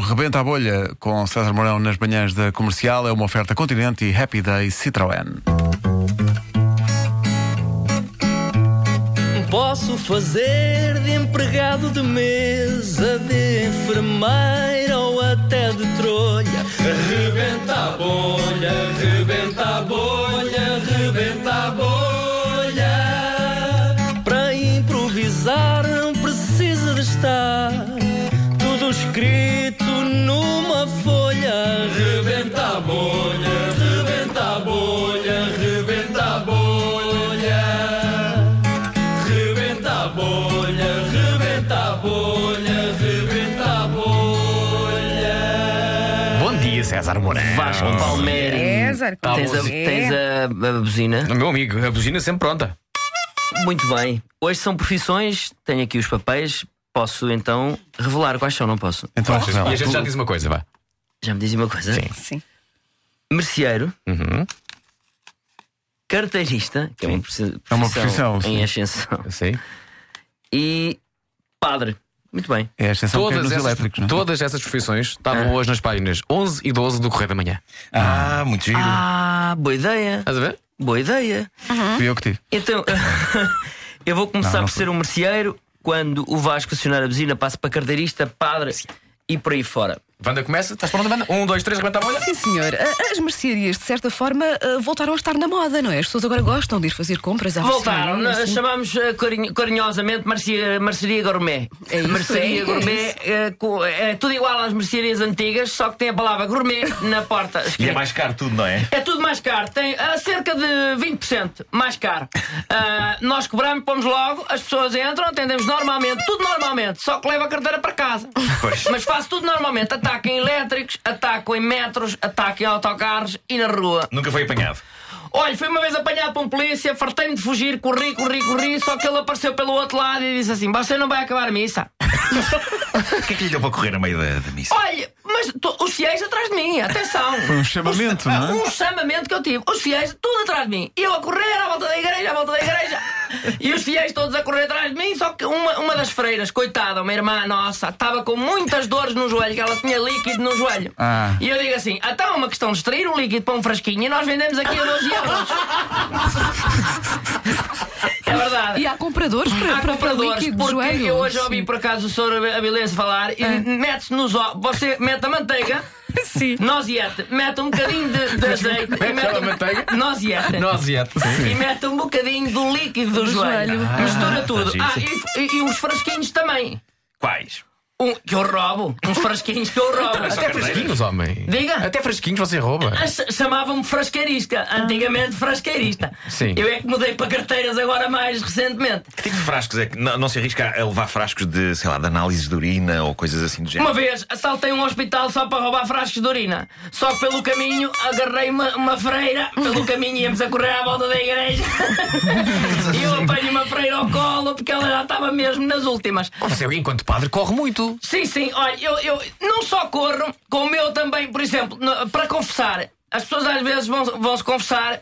Rebenta a bolha com César Mourão nas manhãs da comercial. É uma oferta continente e Happy Day Citroën. Posso fazer de empregado de mesa, de enfermeira ou até de trolha. Rebenta a bolha, rebenta a bolha, rebenta a bolha. Para improvisar não precisa de estar tudo escrito numa folha. Rebenta a bolha, rebenta a bolha, rebenta a bolha. Rebenta a bolha, rebenta a bolha, rebenta a bolha. Bom dia, César Mourão. Vasco Palmeira. César, como Tens, a, é? tens a, a buzina? Meu amigo, a buzina é sempre pronta. Muito bem. Hoje são profissões, tenho aqui os papéis. Posso então revelar quais são, não posso? Então, e a gente já diz uma coisa, vá. Já me dizem uma coisa? Sim. Sim. Merceeiro. Uhum. Carteirista, que é uma, profi- É uma profissão, sim. em ascensão. Sim. E padre. Muito bem. é a exceção que é Todas nos essas, elétricos. não é? todas essas profissões estavam hoje nas páginas 11 e 12 do Correio da Manhã. Ah, muito giro. Ah, boa ideia. Estás a ver? Boa ideia. Fui eu que tive. Então, eu vou começar por ser um merceeiro. Quando o Vasco acionar a buzina, passo para carteirista, padre e por aí fora. Wanda começa, estás pronto, Wanda? Um, dois, três, aguenta a bolha. Sim, senhor. A- As mercearias, de certa forma, ah, voltaram a estar na moda, não é? As pessoas agora gostam de ir fazer compras à Voltaram, mercearia, né? assim. chamámos eh, carinho- carinhosamente Mercearia, mercearia Gourmet. É isso, mercearia é isso. Gourmet eh, co- é tudo igual às mercearias antigas, só que tem a palavra gourmet na porta. E é mais caro tudo, não é? É tudo mais caro, tem ah, cerca de 20% mais caro. Ah, nós cobramos, pomos logo, as pessoas entram, atendemos normalmente, tudo normalmente, só que levo a carteira para casa. Mas faço tudo normalmente: ataque em elétricos, ataque em metros, ataque em autocarros e na rua. Nunca foi apanhado. Olha, fui uma vez apanhado por um polícia, fartei-me de fugir, corri, corri, corri, só que ele apareceu pelo outro lado e disse assim: Você não vai acabar a missa. O que é que lhe deu para correr a meio da, da missa? Olha, mas to- os fiéis atrás de mim, atenção. Foi um chamamento, não é? Um chamamento que eu tive. Os fiéis, tudo atrás de mim. E eu a correr à volta da igreja, à volta da igreja. E os fiéis todos a correr atrás de mim, só que uma, uma das freiras, coitada, uma irmã nossa, estava com muitas dores no joelho, que ela tinha líquido no joelho. Ah. E eu digo assim: então é uma questão de extrair o líquido para um frasquinho e nós vendemos aqui a 12 euros. é verdade. E há compradores para, Há para, para compradores, líquido de porque joelho. eu hoje ouvi Sim. por acaso o Sr. Abilense falar e mete-se nos ovos. Você mete a manteiga, Sim. noziete, mete um bocadinho de, de azeite e mete. um- aquela manteiga? Noziete. Nós e E mete um bocadinho do líquido do, joelho. joelho. Mistura tudo. giro. Ah, e, e, e uns frasquinhos também. Quais? Um- que eu roubo. Uns frasquinhos que eu roubo. Até é fresquinhos, homem. Diga. Até fresquinhos você rouba. Ah, ch- Chamavam-me frasqueirista, antigamente frasqueirista. Sim. Eu é que mudei para carteiras agora mais recentemente. Que tipo de frascos é que. Não, não se arrisca a levar frascos de, sei lá, de análise de urina ou coisas assim do género. Uma vez assaltei um hospital só para roubar frascos de urina. Só que pelo caminho agarrei uma, uma freira. Pelo caminho íamos a correr à volta da igreja. e eu apanho uma freira ao colo porque ela já estava mesmo nas últimas. Mas eu, é enquanto padre, corre muito. Sim, sim, olha, eu, eu não só corro, como eu também, por exemplo, no- para confessar. As pessoas às vezes vão, vão se confessar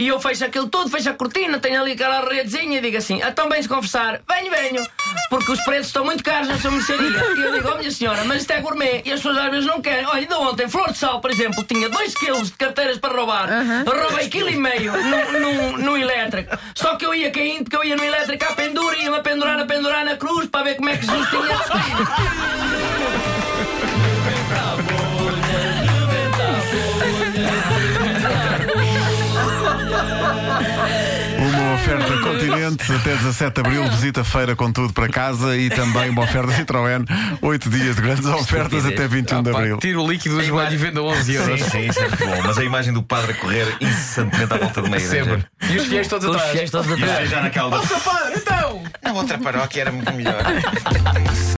e eu fecho aquilo tudo, fecho a cortina, tenho ali aquela redezinha e digo assim: então bem se confessar, venho, venho, porque os preços estão muito caros na sua mercearia. E eu digo: oh, minha senhora, mas isto é gourmet e as pessoas às vezes não querem. Olha, ainda ontem, Flor de Sal, por exemplo, tinha 2 kg de carteiras para roubar, roubei quilo e meio no, no, no elétrico. Só que eu ia caindo, porque eu ia no elétrico à pendura, ia-me a pendurar, a pendurar na cruz para ver como é que Jesus tinha recebido. Uma oferta continente até 17 de abril, visita feira com tudo para casa e também uma oferta Citroën, 8 dias de grandes ofertas até 21 de abril. é Tira o líquido do joelho e venda 11 euros. Sim, isso é muito bom. Mas a imagem do padre a correr incessantemente à volta de meia Sempre. igreja. E os fiéis todos Os atrás. fiéis todos E eu atrás. já naquela. Padre, então! Na outra paróquia era muito melhor.